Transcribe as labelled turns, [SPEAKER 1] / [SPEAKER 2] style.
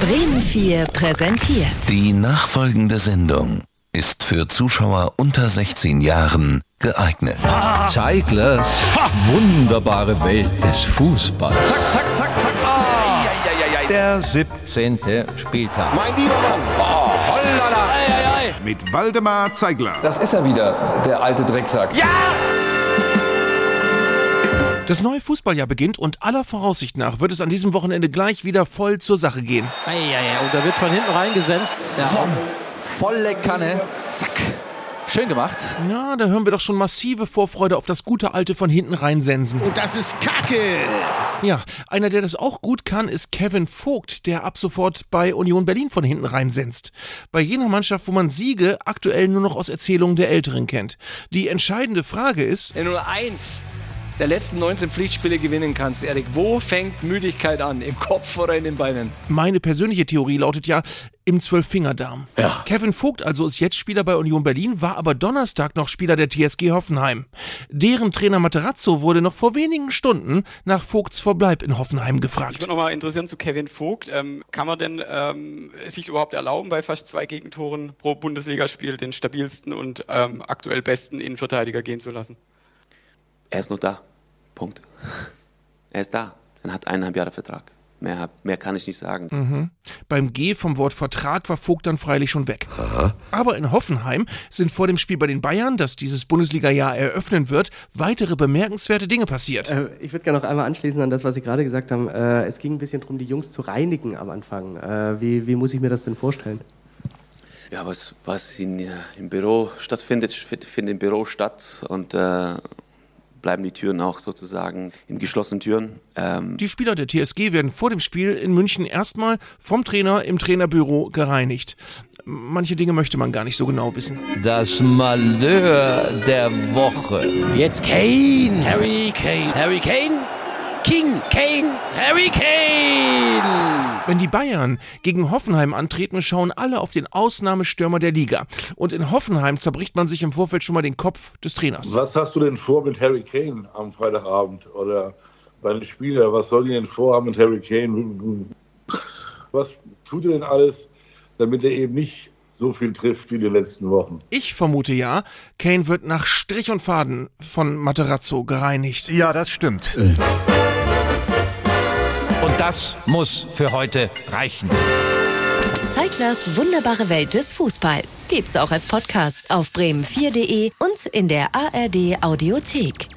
[SPEAKER 1] Bremen 4 präsentiert.
[SPEAKER 2] Die nachfolgende Sendung ist für Zuschauer unter 16 Jahren geeignet.
[SPEAKER 3] Zeiglers wunderbare Welt des Fußballs.
[SPEAKER 4] Zack, zack, zack, zack. Ah,
[SPEAKER 3] Der 17. Spieltag.
[SPEAKER 4] mein lieber Mann. Oh, hollala.
[SPEAKER 5] mit Waldemar Zeigler.
[SPEAKER 6] Das ist er wieder, der alte Drecksack.
[SPEAKER 7] Das neue Fußballjahr beginnt und aller Voraussicht nach wird es an diesem Wochenende gleich wieder voll zur Sache gehen.
[SPEAKER 8] Eieiei, und da wird von hinten reingesenzt. Ja,
[SPEAKER 9] Volle Kanne. Zack. Schön gemacht.
[SPEAKER 7] Na, da hören wir doch schon massive Vorfreude auf das gute alte von hinten reinsensen.
[SPEAKER 4] Und das ist Kacke.
[SPEAKER 7] Ja, einer, der das auch gut kann, ist Kevin Vogt, der ab sofort bei Union Berlin von hinten reinsenzt. Bei jener Mannschaft, wo man Siege aktuell nur noch aus Erzählungen der Älteren kennt. Die entscheidende Frage ist,
[SPEAKER 9] Wenn du nur eins der letzten 19 Pflichtspiele gewinnen kannst, Erik, wo fängt Müdigkeit an? Im Kopf oder in den Beinen?
[SPEAKER 7] meine persönliche Theorie lautet ja, im Zwölffingerdarm.
[SPEAKER 9] Ja.
[SPEAKER 7] Kevin Vogt also ist jetzt Spieler bei Union Berlin, war aber Donnerstag noch Spieler der TSG Hoffenheim. Deren Trainer Materazzo wurde noch vor wenigen Stunden nach Vogts Verbleib in Hoffenheim gefragt.
[SPEAKER 10] würde nochmal interessieren zu Kevin Vogt. Ähm, kann man denn ähm, es sich überhaupt erlauben, bei fast zwei Gegentoren pro Bundesligaspiel den stabilsten und ähm, aktuell besten Innenverteidiger gehen zu lassen?
[SPEAKER 11] Er ist nur da. Punkt. Er ist da. Er hat eineinhalb Jahre Vertrag. Mehr, hab- mehr kann ich nicht sagen.
[SPEAKER 7] Beim G vom Wort Vertrag war Vogt dann freilich schon weg. Aber in Hoffenheim sind vor dem Spiel bei den Bayern, das dieses Bundesliga-Jahr eröffnen wird, weitere bemerkenswerte Dinge passiert.
[SPEAKER 12] Äh, Ich würde gerne noch einmal anschließen an das, was Sie gerade gesagt haben. Äh, Es ging ein bisschen darum, die Jungs zu reinigen am Anfang. Äh, Wie, wie muss ich mir das denn vorstellen?
[SPEAKER 11] Ja, was, was in, äh, im Büro stattfindet, fi- findet im Büro statt und äh, bleiben die Türen auch sozusagen in geschlossenen Türen. Ähm,
[SPEAKER 7] Die Spieler der TSG werden vor dem Spiel in München erstmal vom Trainer im Trainerbüro gereinigt. Manche Dinge möchte man gar nicht so genau wissen.
[SPEAKER 3] Das Malheur der Woche.
[SPEAKER 8] Jetzt Kane, Harry Kane, Harry Kane, King, Kane, Harry Kane.
[SPEAKER 7] Wenn die Bayern gegen Hoffenheim antreten, schauen alle auf den Ausnahmestürmer der Liga. Und in Hoffenheim zerbricht man sich im Vorfeld schon mal den Kopf des Trainers.
[SPEAKER 5] Was hast du denn vor mit Harry Kane am Freitagabend? Oder deine Spieler, was sollen die denn vorhaben mit Harry Kane? Was tut er denn alles, damit er eben nicht so viel trifft wie die letzten Wochen?
[SPEAKER 7] Ich vermute ja, Kane wird nach Strich und Faden von Materazzo gereinigt.
[SPEAKER 5] Ja, das stimmt.
[SPEAKER 3] Und das muss für heute reichen.
[SPEAKER 1] Zeiglers wunderbare Welt des Fußballs. Gibt's auch als Podcast auf bremen4.de und in der ARD Audiothek.